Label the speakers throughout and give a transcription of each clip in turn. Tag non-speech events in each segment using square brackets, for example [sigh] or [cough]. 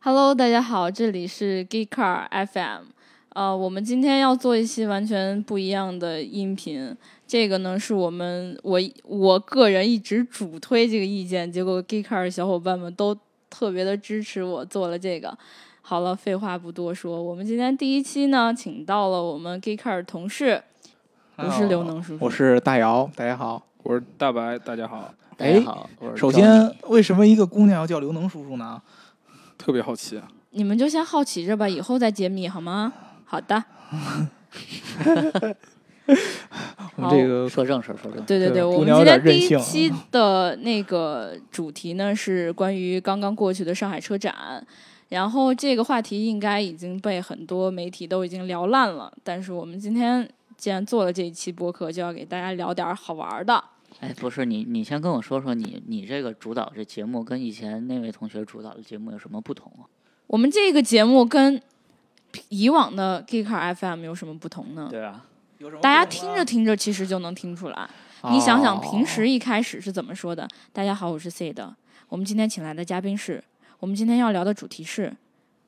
Speaker 1: Hello，大家好，这里是 Geek Car FM。呃，我们今天要做一期完全不一样的音频。这个呢，是我们我我个人一直主推这个意见，结果 Geek Car 的小伙伴们都特别的支持我做了这个。好了，废话不多说，我们今天第一期呢，请到了我们 Geek Car 同事，我是刘能叔叔，
Speaker 2: 我是大姚，大家好。
Speaker 3: 我是大白，大家好，
Speaker 2: 哎
Speaker 4: 大家好，我是
Speaker 2: 首
Speaker 4: 赵
Speaker 2: 先，为什么一个姑娘要叫刘能叔叔呢？
Speaker 3: 特别好奇啊，
Speaker 1: 你们就先好奇着吧，以后再揭秘好吗？好的，
Speaker 2: 我们这
Speaker 4: 丽
Speaker 2: 个
Speaker 4: 说正事儿，说正事儿。
Speaker 1: 对对
Speaker 2: 对
Speaker 1: 我
Speaker 2: 姑
Speaker 1: 们
Speaker 2: 娘
Speaker 1: 今
Speaker 2: 有
Speaker 1: 天
Speaker 2: 点
Speaker 1: 第一
Speaker 2: 任性啊
Speaker 1: 期的那个主题呢是关于刚刚过去的上海车展，然后这个话题应该已经被很多媒体都已经聊烂了，但是我们今天既然做了这一期播客，就要给大家聊点儿好玩儿的。
Speaker 4: 哎，不是你，你先跟我说说你你这个主导这节目跟以前那位同学主导的节目有什么不同啊？
Speaker 1: 我们这个节目跟以往的 Geeker FM 有什么不同呢？
Speaker 4: 对啊，
Speaker 1: 大家听着听着，其实就能听出来。你想想，
Speaker 2: 哦
Speaker 1: 平时一开始是怎么说的？大家好，我是 C 的。我们今天请来的嘉宾是，我们今天要聊的主题是，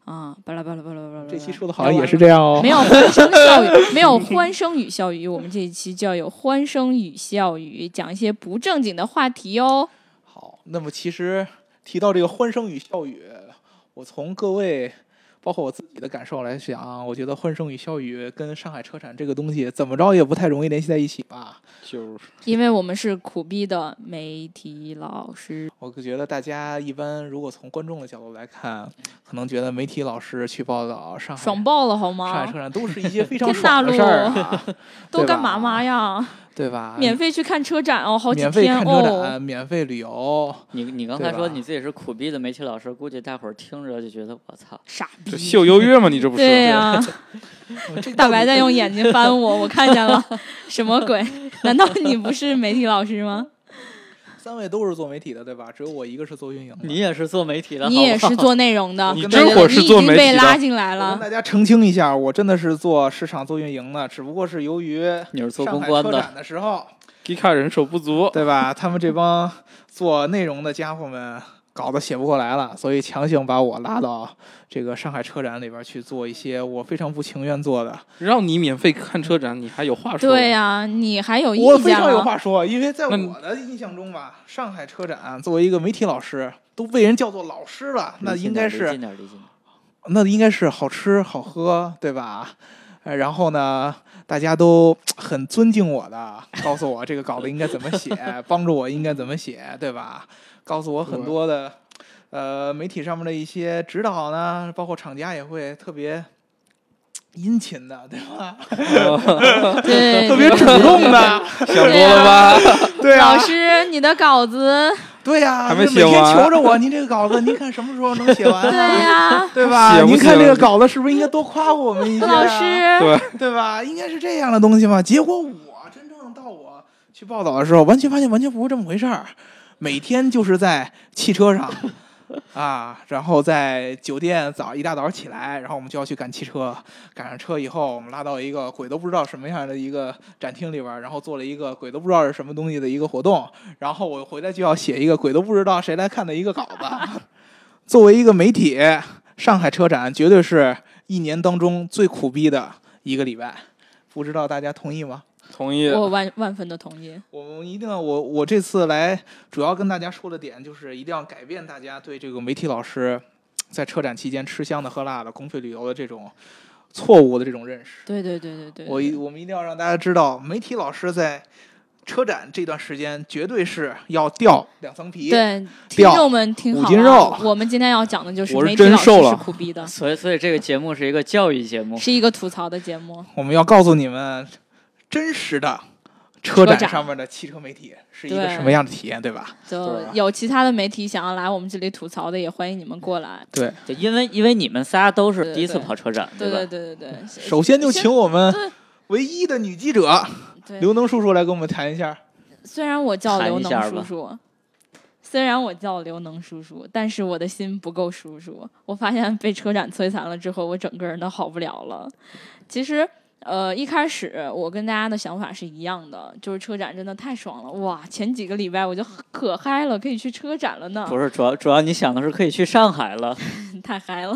Speaker 1: 啊，巴拉巴拉巴拉巴拉巴拉。
Speaker 2: 这期说的好像也是这样哦。
Speaker 1: [laughs] 没有欢声笑语，没有欢声语笑语。我们这一期就要有欢声语笑语，讲一些不正经的话题哦。
Speaker 2: 好，那么其实提到这个欢声与笑语，我从各位，包括我自己的感受来想，我觉得欢声与笑语跟上海车展这个东西怎么着也不太容易联系在一起吧。
Speaker 3: 就是
Speaker 1: 因为我们是苦逼的媒体老师，
Speaker 2: 我觉得大家一般如果从观众的角度来看，可能觉得媒体老师去报道上海
Speaker 1: 爽爆了好
Speaker 2: 上海
Speaker 1: 吗
Speaker 2: 车？展都是一些非常
Speaker 1: 啊天大
Speaker 2: 爽
Speaker 1: 陆
Speaker 2: 的事儿、啊，
Speaker 1: 都
Speaker 2: 对吧
Speaker 1: 干嘛嘛呀？
Speaker 2: 对吧？
Speaker 1: 免费去看车展哦，好几
Speaker 2: 免费
Speaker 1: 天
Speaker 2: 看车
Speaker 1: 哦。
Speaker 2: 展，免费旅游，
Speaker 4: [laughs] 你你刚
Speaker 2: 对
Speaker 4: 才说
Speaker 2: 吧
Speaker 4: 你自己是苦逼的媒体老师，估计大伙儿听着就觉得我操，
Speaker 1: 傻
Speaker 3: 这
Speaker 1: 逼！
Speaker 3: 秀优越嘛，你这不是？
Speaker 1: 对啊呀、
Speaker 2: [laughs] 这
Speaker 1: 大白在用眼睛翻我，我看
Speaker 2: [laughs]
Speaker 1: 见了，什么鬼？难道你不是媒体老师
Speaker 2: [laughs]
Speaker 1: 吗？
Speaker 2: 三位都是做媒体的，对吧？只有我一个是做运营的。
Speaker 4: 你也是做媒体的，
Speaker 1: 你也
Speaker 4: 好不
Speaker 1: 是
Speaker 4: 好
Speaker 1: 做内容
Speaker 2: [laughs]
Speaker 1: 的，
Speaker 3: 你
Speaker 1: 对
Speaker 2: 真
Speaker 1: 的
Speaker 3: 火是做
Speaker 1: 你已经
Speaker 3: 媒
Speaker 1: 被
Speaker 3: 体的
Speaker 1: 拉进来
Speaker 2: 我跟
Speaker 1: 了。
Speaker 2: 大家澄清一下，我真的是做市场、做运营的，只不过是由于
Speaker 4: 你是做
Speaker 2: 上
Speaker 4: 公
Speaker 2: 海
Speaker 4: 关
Speaker 2: 车
Speaker 4: 的，
Speaker 2: 展的时候，
Speaker 3: 迪卡人手不足，
Speaker 2: 对吧？他们这帮做内容的家伙们搞得写不过来了，所以强行把我拉到这个上海车展里边去做一些我非常不情愿做的。
Speaker 3: 让你免费看车展，你还有话说？
Speaker 1: 对呀、啊你还有
Speaker 2: 我
Speaker 1: 意
Speaker 2: 非
Speaker 1: 见
Speaker 2: 常有
Speaker 1: 吗？
Speaker 2: 话说，因为在
Speaker 3: 那你
Speaker 2: 我的印象中吧，上海车展作为一个媒体老师，都被人叫做老师了，那
Speaker 4: 离近
Speaker 2: 应
Speaker 4: 嗯
Speaker 2: 该
Speaker 4: 点儿离
Speaker 2: 是
Speaker 4: 近点儿，离近点儿。
Speaker 2: 那应该是好吃好喝，对吧？呃然后呢，大家都很尊敬我的，告诉我这个稿子应该怎么
Speaker 3: [laughs]
Speaker 2: 写，帮助我应该怎么写，对吧？告诉我很多的，呃，媒体上面的一些指导呢，包括厂家也会特别殷勤的，对吧？
Speaker 1: 对，
Speaker 2: [laughs] 特别主动的，
Speaker 3: 想多了吧？
Speaker 2: [laughs] 对啊
Speaker 1: 啊 [laughs] 老，师，你的稿子，
Speaker 2: [laughs] 对呀、
Speaker 3: 还
Speaker 2: 就
Speaker 3: 没
Speaker 2: 每
Speaker 3: 写
Speaker 2: 天
Speaker 3: 完
Speaker 2: 求着我，您这个稿子，您看什么时候能写完、
Speaker 1: [laughs] 对
Speaker 2: 啊？
Speaker 1: 呀、
Speaker 2: 对吧？
Speaker 3: 写不
Speaker 2: 您看这
Speaker 3: 行
Speaker 2: 个稿子是不是应该多夸我们一下、
Speaker 1: 老师，
Speaker 3: 对，
Speaker 2: 啊对吧？应该是这样的东西嘛。结果我真正到我去报道的时候，完全发现完全不是这么回事儿。每天就是在汽车上啊，然后在酒店早一大早起来，然后我们就要去赶汽车。赶上车以后，我们拉到一个鬼都不知道什么样的一个展厅里边儿，然后做了一个鬼都不知道是什么东西的一个活动。然后我回来就要写一个鬼都不知道谁来看的一个稿子。 [laughs] 作为一个媒体，上海车展绝对是一年当中最苦逼的一个礼拜，不知道大家同意吗？
Speaker 3: 同意。
Speaker 1: 我万万分的同意。
Speaker 2: 我们一定要，我我这次来主要跟大家说的点就是，一定要改变大家对这个媒体老师在车展期间吃香的喝辣的、公费旅游的这种错误的这种认识。
Speaker 1: 对对对对对，
Speaker 2: 我一我们一定要让大家知道，媒体老师在车展这段时间绝对是要掉两层皮。
Speaker 1: 对听
Speaker 2: 掉
Speaker 1: 众们听好
Speaker 2: 五斤
Speaker 1: 了
Speaker 2: 肉，
Speaker 1: 我们今天要讲的就是
Speaker 3: 我是
Speaker 1: 媒体
Speaker 3: 真
Speaker 1: 老师
Speaker 3: 瘦
Speaker 1: 是
Speaker 3: 了
Speaker 1: 苦逼的，
Speaker 4: 所以所以这个节目是一个教育节
Speaker 1: [laughs]
Speaker 4: 目，
Speaker 1: 是一个吐槽的节目。
Speaker 2: 我们要告诉你们，真实的车展上面的汽车媒体是一个
Speaker 1: 对
Speaker 2: 什么样的体验，对吧？
Speaker 1: 就
Speaker 2: 对吧
Speaker 1: 有其他的媒体想要来我们这里吐槽的，也欢迎你们过来。
Speaker 2: 对，
Speaker 4: 就因为因为你们仨都是第一次
Speaker 1: 对对
Speaker 4: 跑车展，
Speaker 1: 对对
Speaker 4: 吧？
Speaker 1: 对对对，
Speaker 2: 首先就请我们
Speaker 1: 对
Speaker 2: 唯一的女记者
Speaker 1: 对。
Speaker 2: 刘能叔叔来跟我们谈一下。
Speaker 1: 虽然我叫
Speaker 4: 谈
Speaker 1: 刘
Speaker 4: 一下
Speaker 1: 能叔
Speaker 4: 吧
Speaker 1: 叔，虽然我叫刘能叔叔，但是我的心不够叔叔。我发现被车展摧残了之后，我整个人都好不了了。其实。呃，一开始我跟大家的想法是一样的，就是车展真的太爽了，哇！前几个礼拜我就可嗨了，可以去车展了呢。
Speaker 4: 不是，主要主要你想的是可以去上海了，
Speaker 1: 太嗨了。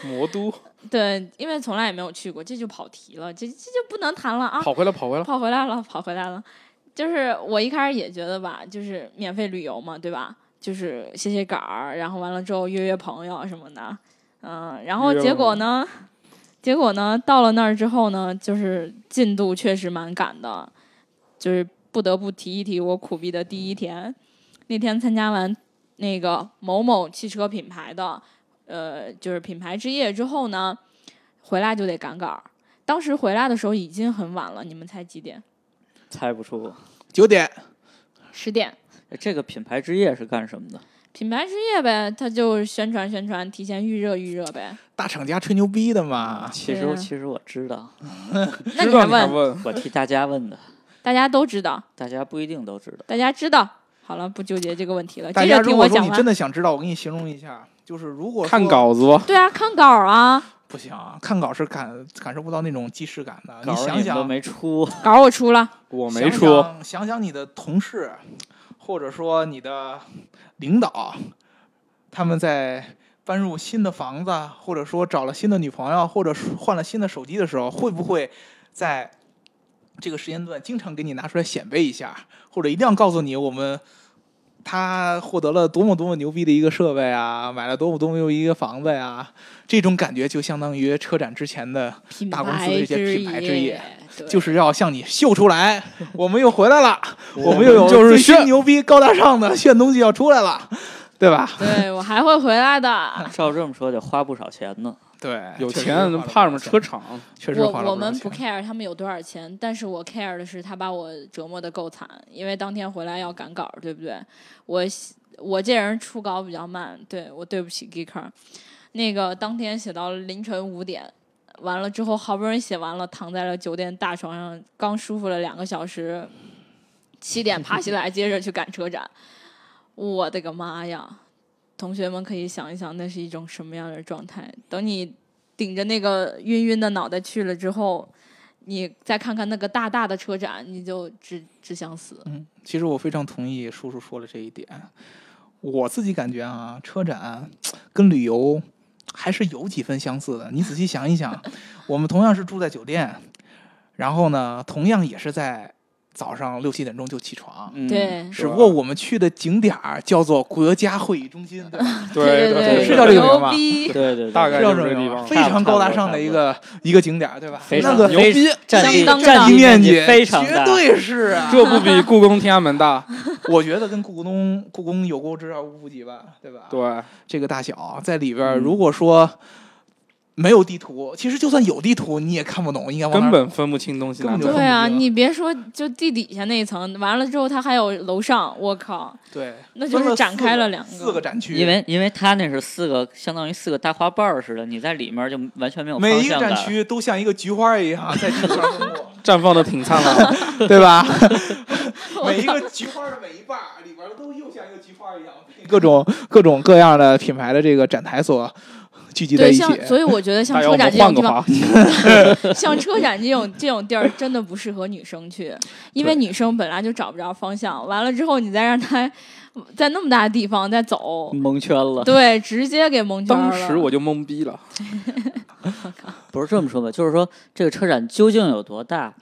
Speaker 1: [laughs]
Speaker 3: 魔都
Speaker 1: 对，因为从来也没有去过，这就跑题了，这这就不能谈了啊！
Speaker 3: 跑回来，跑回来，
Speaker 1: 跑回来了，跑回来了。就是我一开始也觉得吧，就是免费旅游嘛，对吧？就是写写稿儿，然后完了之后约约朋友什么的，嗯，然后
Speaker 3: 约
Speaker 1: 结果
Speaker 3: 了
Speaker 1: 呢，结果呢，到了那儿之后呢，就是进度确实蛮赶的，就是不得不提一提我苦逼的第一天，那天参加完那个某某汽车品牌的，呃，就是品牌之夜之后呢，回来就得赶稿儿。当时回来的时候已经很晚了，你们猜几点？
Speaker 4: 猜不出。
Speaker 2: 九点
Speaker 1: 十点。
Speaker 4: 这个品牌之夜是干什么的？
Speaker 1: 品牌之夜呗，他就宣传宣传，提前预热预热呗。
Speaker 2: 大厂家吹牛逼的嘛，
Speaker 4: 其实
Speaker 1: 对啊
Speaker 4: 我其实我知道，
Speaker 1: 那
Speaker 3: 知
Speaker 1: 你还
Speaker 3: 道你还
Speaker 1: 问？
Speaker 3: 问？
Speaker 4: [laughs] 我替大家问的，
Speaker 1: 大家都知道，
Speaker 4: 大家不一定都知道。
Speaker 1: 大家知道。好了，不纠结这个问题了，
Speaker 2: 大
Speaker 1: 接
Speaker 2: 家
Speaker 1: 着
Speaker 2: 如
Speaker 1: 听
Speaker 2: 果
Speaker 1: 我
Speaker 2: 说
Speaker 1: 讲
Speaker 2: 你真
Speaker 1: 完。
Speaker 2: 的想知道，我给你形容一下，就是如果说
Speaker 3: 看稿子哦吧，
Speaker 1: 对啊，看稿儿啊，
Speaker 2: 不行啊，看稿是感感受不到那种即视感的。
Speaker 4: 稿儿
Speaker 2: 啊想
Speaker 4: 你们都
Speaker 2: 想，
Speaker 4: 没出，
Speaker 1: 稿儿我出了，
Speaker 3: 我
Speaker 2: 想
Speaker 3: 没
Speaker 2: 想
Speaker 3: 出，
Speaker 2: 想想你的同事，或者说你的领导，他们在搬入新的房子，啊或者说找了新的女朋友，啊或者是换了新的手机的时候，会不会在这个时间段经常给你拿出来显摆一下，或者一定要告诉你我们？他获得了多么多么牛逼的一个设备啊，买了多么多么牛逼一个房子呀、这种感觉就相当于车展之前的
Speaker 1: 品
Speaker 2: 大公司
Speaker 1: 牌
Speaker 2: 的一些
Speaker 1: 之
Speaker 2: 品牌之夜
Speaker 1: 夜，对
Speaker 2: 就是要向你秀出来， [laughs] 我们又回来了，我们
Speaker 3: 们
Speaker 2: 又有
Speaker 3: 就是
Speaker 2: 最新
Speaker 3: 炫
Speaker 2: 牛逼、高大上 [laughs] 的炫东西要出来了，对吧？
Speaker 1: 对我还会回来的。
Speaker 4: 照这么说得花不少钱呢。
Speaker 2: 对，
Speaker 3: 有
Speaker 2: 确实
Speaker 3: 钱
Speaker 2: 花了
Speaker 3: 怕什
Speaker 2: 不
Speaker 3: 么
Speaker 2: 少
Speaker 3: 车
Speaker 2: 钱？
Speaker 3: 厂？
Speaker 2: 确实花了
Speaker 1: 我我
Speaker 2: 不少
Speaker 1: 们不
Speaker 2: 钱
Speaker 1: care 他们有多少钱，但是我 care 的是他把我折磨的够惨，因为当天回来要赶稿儿，对不对？我喜我这人出稿比较慢，对我对不起 Geeker。那个当天写到凌晨五点，完了之后好不容易写完了，躺在了酒店大床上，刚舒服了两个小时，七点爬起来接着去赶车展，我的个妈呀！同学们可以想一想，那是一种什么样的状态？等你顶着那个晕晕的脑袋去了之后，你再看看那个大大的车展，你就只只想死。
Speaker 2: 嗯，其实我非常同意叔叔说的这一点。我自己感觉啊，车展跟旅游还是有几分相似的。你仔细想一
Speaker 1: [laughs]
Speaker 2: 想，我们同样是住在酒店，然后呢，同样也是在早上六七点钟就起床，
Speaker 3: 嗯
Speaker 1: 对
Speaker 2: 只不过我们去的景点儿叫做国家会议中心，对吧？
Speaker 1: 对
Speaker 3: 对，
Speaker 1: 对，
Speaker 2: 是叫这个名
Speaker 1: 牛
Speaker 2: 吧
Speaker 4: [laughs]
Speaker 1: 逼！
Speaker 4: 对对，
Speaker 3: 大概
Speaker 2: 是
Speaker 3: 就
Speaker 2: 要
Speaker 3: 是
Speaker 2: 这
Speaker 3: 这
Speaker 2: 种
Speaker 3: 地方
Speaker 2: 啊非常高大上的一个一个景点儿，对吧？
Speaker 4: 非
Speaker 2: 那
Speaker 4: 常
Speaker 2: 个
Speaker 3: 牛逼，
Speaker 4: 占地
Speaker 1: 相当
Speaker 4: 占
Speaker 1: 大
Speaker 4: 地
Speaker 2: 面积
Speaker 4: 积非常
Speaker 2: 绝
Speaker 4: 大，
Speaker 2: 对是
Speaker 4: [laughs]
Speaker 2: 啊！
Speaker 3: 这不比故宫天安门大？
Speaker 2: 我觉得跟故宫故宫有过之而无不及吧，对吧？，
Speaker 3: 对，
Speaker 2: [laughs] 这个大小啊在里
Speaker 4: 嗯
Speaker 2: 边儿，如果说没有地图，其实就算有地图，你也看不懂，应该往哪
Speaker 3: 根
Speaker 2: 儿
Speaker 3: 本分不清东西南
Speaker 2: 根本
Speaker 3: 北
Speaker 2: 就。
Speaker 1: 对啊，
Speaker 2: 恨不得
Speaker 1: 你别说，就地底下那一层，完了之后它还有楼上，我靠，
Speaker 2: 对，
Speaker 1: 那就
Speaker 2: 分
Speaker 1: 是
Speaker 2: 了
Speaker 1: 展
Speaker 2: 四
Speaker 1: 开了两
Speaker 2: 四个展区，
Speaker 4: 因为因为它那是四个，相当于四个大花瓣儿似的，你在里面就完全没有
Speaker 2: 每
Speaker 4: 方
Speaker 2: 一个
Speaker 4: 向
Speaker 2: 展
Speaker 4: 感。
Speaker 2: 区都像一个菊花一样 [laughs] 在地上奔过，
Speaker 3: 绽放的挺
Speaker 1: [laughs]
Speaker 3: 灿烂。
Speaker 2: [laughs] 对吧？
Speaker 1: 我
Speaker 2: 每一个菊花的每一瓣儿里边儿都又像一个菊花一样，被各种各种各样的品牌的这个展台所聚集在
Speaker 1: 对，
Speaker 2: 一起。
Speaker 1: 像所以我觉得像
Speaker 3: 大家
Speaker 1: 车
Speaker 3: 哎我
Speaker 1: 展
Speaker 3: 们
Speaker 1: 这
Speaker 3: 换
Speaker 1: 种
Speaker 3: 个
Speaker 1: 地
Speaker 3: 话
Speaker 1: 方，[laughs]
Speaker 3: 题，
Speaker 1: 像车展这种这种地儿，真的不适合女生去，因为女生本来就找不着方向，完了之后你再让她在那么大的地方再走，
Speaker 4: 蒙圈了，
Speaker 1: 对，直接给蒙圈了。
Speaker 3: 当时我就懵逼了。
Speaker 4: 不是这么说吧？就是说这个车展究竟有多大？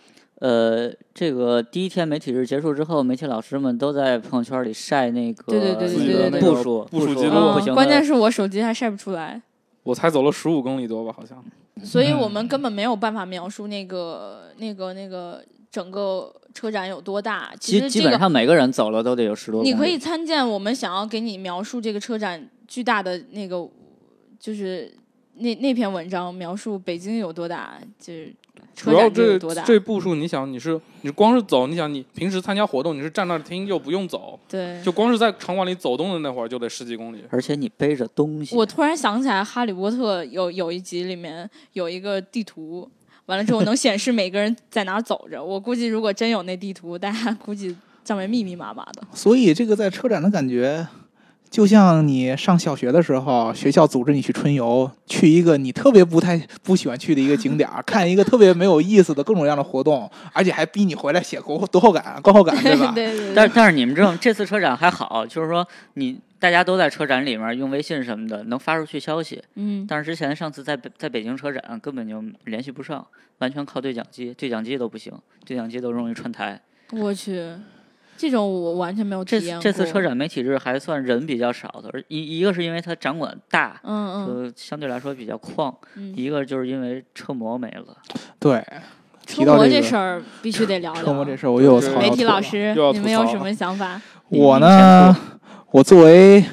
Speaker 4: 呃，这个第一天媒体日结束之后，媒体老师们都在朋友圈里晒那个
Speaker 1: 对对对对
Speaker 4: 自己的
Speaker 1: 对对
Speaker 4: 步
Speaker 3: 对
Speaker 4: 数
Speaker 3: 步数记录
Speaker 4: 不
Speaker 1: 嗯，
Speaker 4: 行的，
Speaker 1: 关键是我手机还晒不出来，
Speaker 3: 我才走了十五公里多吧，好像。
Speaker 1: 所
Speaker 3: 嗯
Speaker 1: 以我们根本没有办法描述那个那个那个整个车展有多大。其
Speaker 4: 基
Speaker 1: 实
Speaker 4: 基
Speaker 1: 这
Speaker 4: 本
Speaker 1: 个
Speaker 4: 上每个人走了都得有十多公里。
Speaker 1: 你可以参见我们想要给你描述这个车展巨大的那个，就是那那篇文章描述北京有多大，就是车
Speaker 3: 主要
Speaker 1: 展就
Speaker 3: 这
Speaker 1: 有多大。
Speaker 3: 这步数，你想，你是你光是走，你想你平时参加活动，你是站那儿听就不用走，
Speaker 1: 对，啊
Speaker 3: 就光是在城管里走动的那会儿就得十几公里。
Speaker 4: 而且你背着东西，
Speaker 1: 我突然想起来，《哈利波特有》有一集里面有一个地图。完了之后能显示每个人在哪儿走着，我估计如果真有那地图，大家估计上面密密麻麻的。？
Speaker 2: 所以这个在车展的感觉就像你上小学的时候，学校组织你去春游，去一个你特别不太不喜欢去的一个景点儿，看一个特别没有意思的各种各样的活动，而且还逼你回来写读读后感、观后感，对
Speaker 1: [laughs]
Speaker 2: 吧
Speaker 1: 对对
Speaker 4: 但但是你们这种这次车展还好，就是说你大家都在车展里面用微信什么的能发出去消息，
Speaker 1: 嗯，
Speaker 4: 但是之前上次在北在北京车展根本就联系不上，完全靠对讲机，对讲机都不行，对讲机都容易串台。
Speaker 1: 我去，这种我完全没有
Speaker 4: 这
Speaker 1: 体验过。
Speaker 4: 次这次车，展媒体日还算人比较少的，而一一个是因为它展馆大，
Speaker 1: 嗯
Speaker 4: 呃，相对来说比较旷；
Speaker 1: 嗯嗯，
Speaker 4: 一个就是因为车模没了。
Speaker 2: 对，
Speaker 1: 车
Speaker 2: 提到
Speaker 1: 模
Speaker 2: 这
Speaker 1: 这
Speaker 2: 个
Speaker 1: 事儿必须得聊聊。啊
Speaker 2: 车模这事儿啊我又
Speaker 3: 就
Speaker 2: 操
Speaker 3: 是
Speaker 1: 媒
Speaker 2: 到
Speaker 1: 体
Speaker 2: 吐
Speaker 1: 老
Speaker 2: 了
Speaker 1: 师
Speaker 3: 又要，
Speaker 1: 你
Speaker 3: 吐
Speaker 1: 们有
Speaker 3: 槽
Speaker 1: 什
Speaker 3: 了
Speaker 1: 么想法？
Speaker 2: 我呢，我作为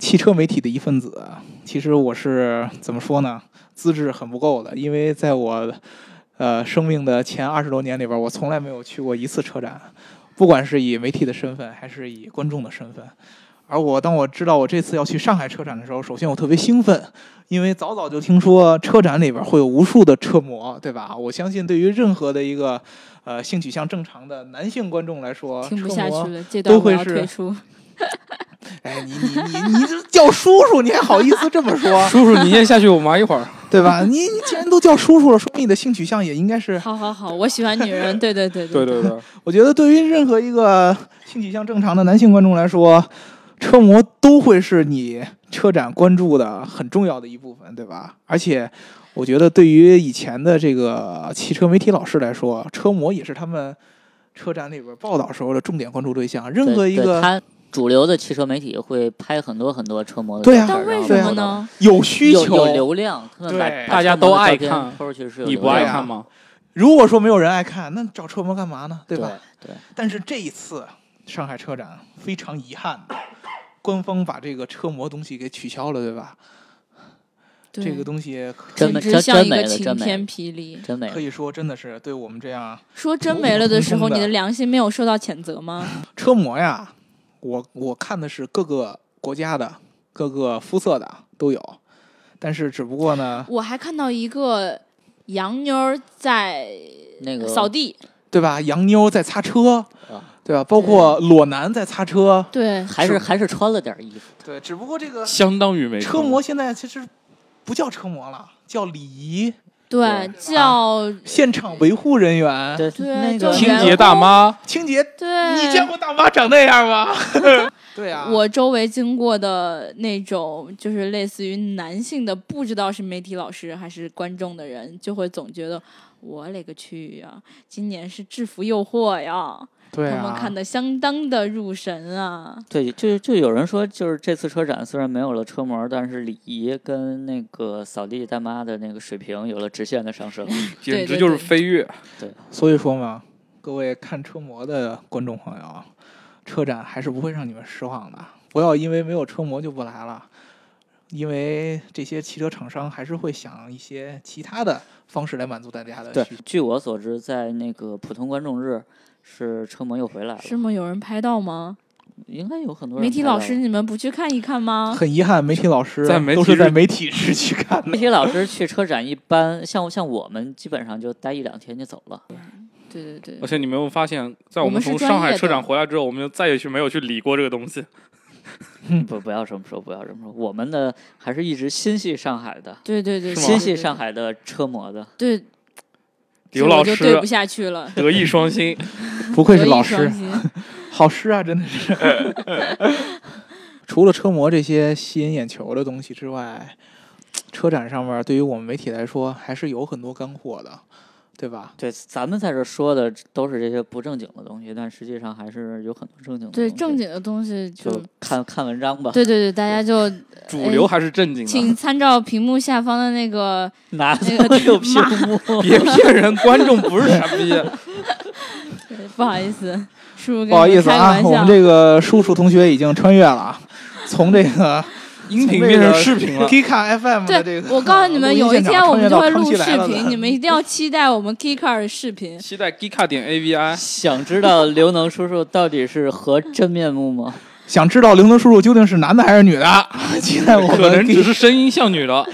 Speaker 2: 汽车媒体的一份子，其实我是怎么说呢？资质很不够的，因为在我呃生命的前二十多年里边，我从来没有去过一次车展，不管是以媒体的身份，还是以观众的身份。而我当我知道我这次要去上海车展的时候，首先我特别兴奋，因为早早就听说车展里边会有无数的车模，对吧？我相信对于任何的一个呃性取向正常的男性观众来说，
Speaker 1: 听不
Speaker 2: 车
Speaker 1: 下
Speaker 2: 模
Speaker 1: 去了，这段
Speaker 2: 都
Speaker 1: 我
Speaker 2: 会
Speaker 1: 要
Speaker 2: 是
Speaker 1: 退出。
Speaker 2: 哎，你你你你这叫叔叔，你还好意思这么说，
Speaker 3: 叔叔，你先下去，我忙一会儿。
Speaker 2: 对吧？你你既然都叫叔叔了，说明你的性取向也应该是……
Speaker 1: 好好好，我喜欢女人，对对对
Speaker 3: 对
Speaker 1: 对
Speaker 3: 对对， [laughs]
Speaker 2: 我觉得对于任何一个性取向正常的男性观众来说，车模都会是你车展关注的很重要的一部分，对吧？而且，我觉得对于以前的这个汽车媒体老师来说，车模也是他们车展里边报道时候的重点关注对象。任何
Speaker 4: 对
Speaker 2: 一
Speaker 4: 对
Speaker 2: 个
Speaker 4: 它主流的汽车媒体会拍很多很多车模的
Speaker 2: 对
Speaker 4: 照
Speaker 2: 啊
Speaker 4: 片
Speaker 1: 但
Speaker 4: 然
Speaker 1: 为什
Speaker 4: 后
Speaker 2: 对
Speaker 1: 么
Speaker 4: 放到
Speaker 1: 呢？
Speaker 2: 有需
Speaker 4: 有
Speaker 2: 求
Speaker 4: 有，流量，他们把
Speaker 2: 对
Speaker 4: 把
Speaker 3: 大家
Speaker 4: 车模
Speaker 3: 都
Speaker 4: 的
Speaker 3: 爱
Speaker 4: 照片
Speaker 3: 看
Speaker 4: 抛出去是有
Speaker 3: 你
Speaker 4: 流
Speaker 3: 不爱
Speaker 4: 量
Speaker 3: 看吗？
Speaker 2: 如果说没有人爱看，那找车模干嘛呢？
Speaker 4: 的
Speaker 2: 对吧？
Speaker 4: 对对
Speaker 2: 但是这一次上海车展非常遗憾的，官方把这个车模东西给取消了，对吧？
Speaker 1: 对
Speaker 2: 这个东西可
Speaker 4: 真
Speaker 1: 简
Speaker 4: 没
Speaker 1: 直
Speaker 4: 真
Speaker 1: 像
Speaker 4: 真
Speaker 1: 一
Speaker 4: 没
Speaker 1: 个
Speaker 4: 了
Speaker 1: 晴
Speaker 4: 真没
Speaker 1: 天
Speaker 4: 了
Speaker 1: 霹雳。
Speaker 4: 真没
Speaker 2: 可
Speaker 4: 了。
Speaker 2: 以说真的是对我们这样
Speaker 1: [laughs] 说真没了的时候，
Speaker 2: 普普通通的
Speaker 1: 你的良心没有受到谴责
Speaker 4: [laughs]
Speaker 1: 吗？
Speaker 2: 车模呀，我我看的是各个国家的、各个肤色的都有，但是只不过呢，
Speaker 1: 我还看到一个洋妞儿在
Speaker 4: 那个
Speaker 1: 扫地，
Speaker 2: 对吧？洋妞在擦车
Speaker 4: 啊，
Speaker 2: 对吧？包括裸男在擦车，
Speaker 1: 对，
Speaker 4: 还是还是穿了点衣服，
Speaker 2: 对，只不过这个
Speaker 3: 相当于没
Speaker 2: 车模现在其实不叫车模了，叫礼仪
Speaker 1: 对，叫
Speaker 4: 啊
Speaker 2: 现场维护人员。
Speaker 4: 对
Speaker 1: 对
Speaker 4: 那
Speaker 1: 就
Speaker 4: 个
Speaker 1: 是
Speaker 3: 清洁大妈，
Speaker 2: 清洁
Speaker 1: 对，
Speaker 2: 你见过大妈长那样
Speaker 1: [laughs]
Speaker 2: 吗？对啊，
Speaker 1: 我周围经过的那种，就是类似于男性的，不知道是媒体老师还是观众的人，就会总觉得我勒个去呀、今年是制服诱惑呀，
Speaker 2: 对啊
Speaker 1: 他
Speaker 4: 啊
Speaker 1: 们看的相当的入神啊。
Speaker 4: 对，就就有人说，就是这次车展虽然没有了车模，但是礼仪跟那个扫地大妈的那个水平有了直线的上升。
Speaker 3: 简
Speaker 1: 对
Speaker 3: 直就是
Speaker 1: 对
Speaker 3: 飞跃。
Speaker 2: 所以说嘛，各位看车模的观众朋友啊，车展还是不会让你们失望的。不要因为没有车模就不来了，因为这些汽车厂商还是会想一些其他的方式来满足大家的
Speaker 4: 对
Speaker 2: 需求。，
Speaker 4: 据我所知，在那个普通观众日是车模又回来了，
Speaker 1: 是吗？有人拍到吗？
Speaker 4: 应该有很多人
Speaker 1: 媒体
Speaker 4: 拍到
Speaker 1: 老师，
Speaker 4: 了。
Speaker 1: 你们不去看一看吗？
Speaker 2: 很遗憾，媒体老师
Speaker 3: 在媒体
Speaker 2: 都是在
Speaker 3: 日
Speaker 2: 媒体日去看的
Speaker 4: 媒。体老师去车展一般，像像我们基本上就待一两天就走了。
Speaker 1: 对对对
Speaker 3: 而，且你没有发现，在
Speaker 1: 我
Speaker 3: 我们
Speaker 1: 们是
Speaker 3: 从
Speaker 1: 专
Speaker 3: 上海
Speaker 1: 业
Speaker 3: 车
Speaker 1: 的
Speaker 3: 展回来之后，我们就再也去没有去理过这个东西。嗯
Speaker 4: 不不要这么说，不要这么说，我们呢还是一直心系上海的，
Speaker 1: 对对对，
Speaker 3: 是吗
Speaker 4: 心系上海的车模的。
Speaker 1: 对。对
Speaker 3: 刘老
Speaker 1: 所以我就对
Speaker 3: 师 [laughs]
Speaker 1: 不下去了，
Speaker 3: 德艺
Speaker 1: [laughs]
Speaker 3: 双馨，
Speaker 2: 不愧是
Speaker 1: 德艺
Speaker 2: 老
Speaker 1: 双
Speaker 2: 师，
Speaker 1: 馨。
Speaker 2: 好诗啊，真的是。 [laughs] 除了车模这些吸引眼球的东西之外，车展上面对于我们媒体来说还是有很多干货的，对吧？
Speaker 4: 对，咱们在这说的都是这些不正经的东西，但实际上还是有很多正经的东
Speaker 1: 对
Speaker 4: 西。
Speaker 1: 正经的东西就
Speaker 4: 就，看看文章吧。
Speaker 1: 对对对，大家就
Speaker 3: 主流还是正经的，
Speaker 1: 哎请参照屏幕下方的那个
Speaker 4: 哪
Speaker 1: 那个
Speaker 4: 都
Speaker 1: [laughs]
Speaker 4: 有屏幕， [laughs]
Speaker 3: 别骗人，观众不是傻逼。
Speaker 1: 不好意思，
Speaker 2: [laughs]
Speaker 1: 叔叔跟
Speaker 2: 不好
Speaker 1: 你
Speaker 2: 意
Speaker 1: 们
Speaker 2: 思
Speaker 1: 开个
Speaker 2: 啊，
Speaker 1: 玩
Speaker 2: 我们
Speaker 1: 笑。
Speaker 2: 这个叔叔同学已经穿越了，啊，从这个
Speaker 3: [laughs] 音频变成视频了，
Speaker 2: Kika FM 的这
Speaker 1: 对，
Speaker 2: 个，
Speaker 1: 我告诉你们，有一天我们就会录视
Speaker 2: 穿越到康熙来
Speaker 1: 频，
Speaker 2: 了
Speaker 1: 你们一定要期待我们 Kikar 的视频。
Speaker 3: 期待 Gika 点 AVI。
Speaker 4: 想知道刘能叔叔到底是何真面目吗？
Speaker 2: 想知道刘能叔叔究竟是男的还是女的？期待我 [laughs]
Speaker 3: 可
Speaker 2: 们
Speaker 3: 能
Speaker 2: Kika
Speaker 3: 只是声音像女的，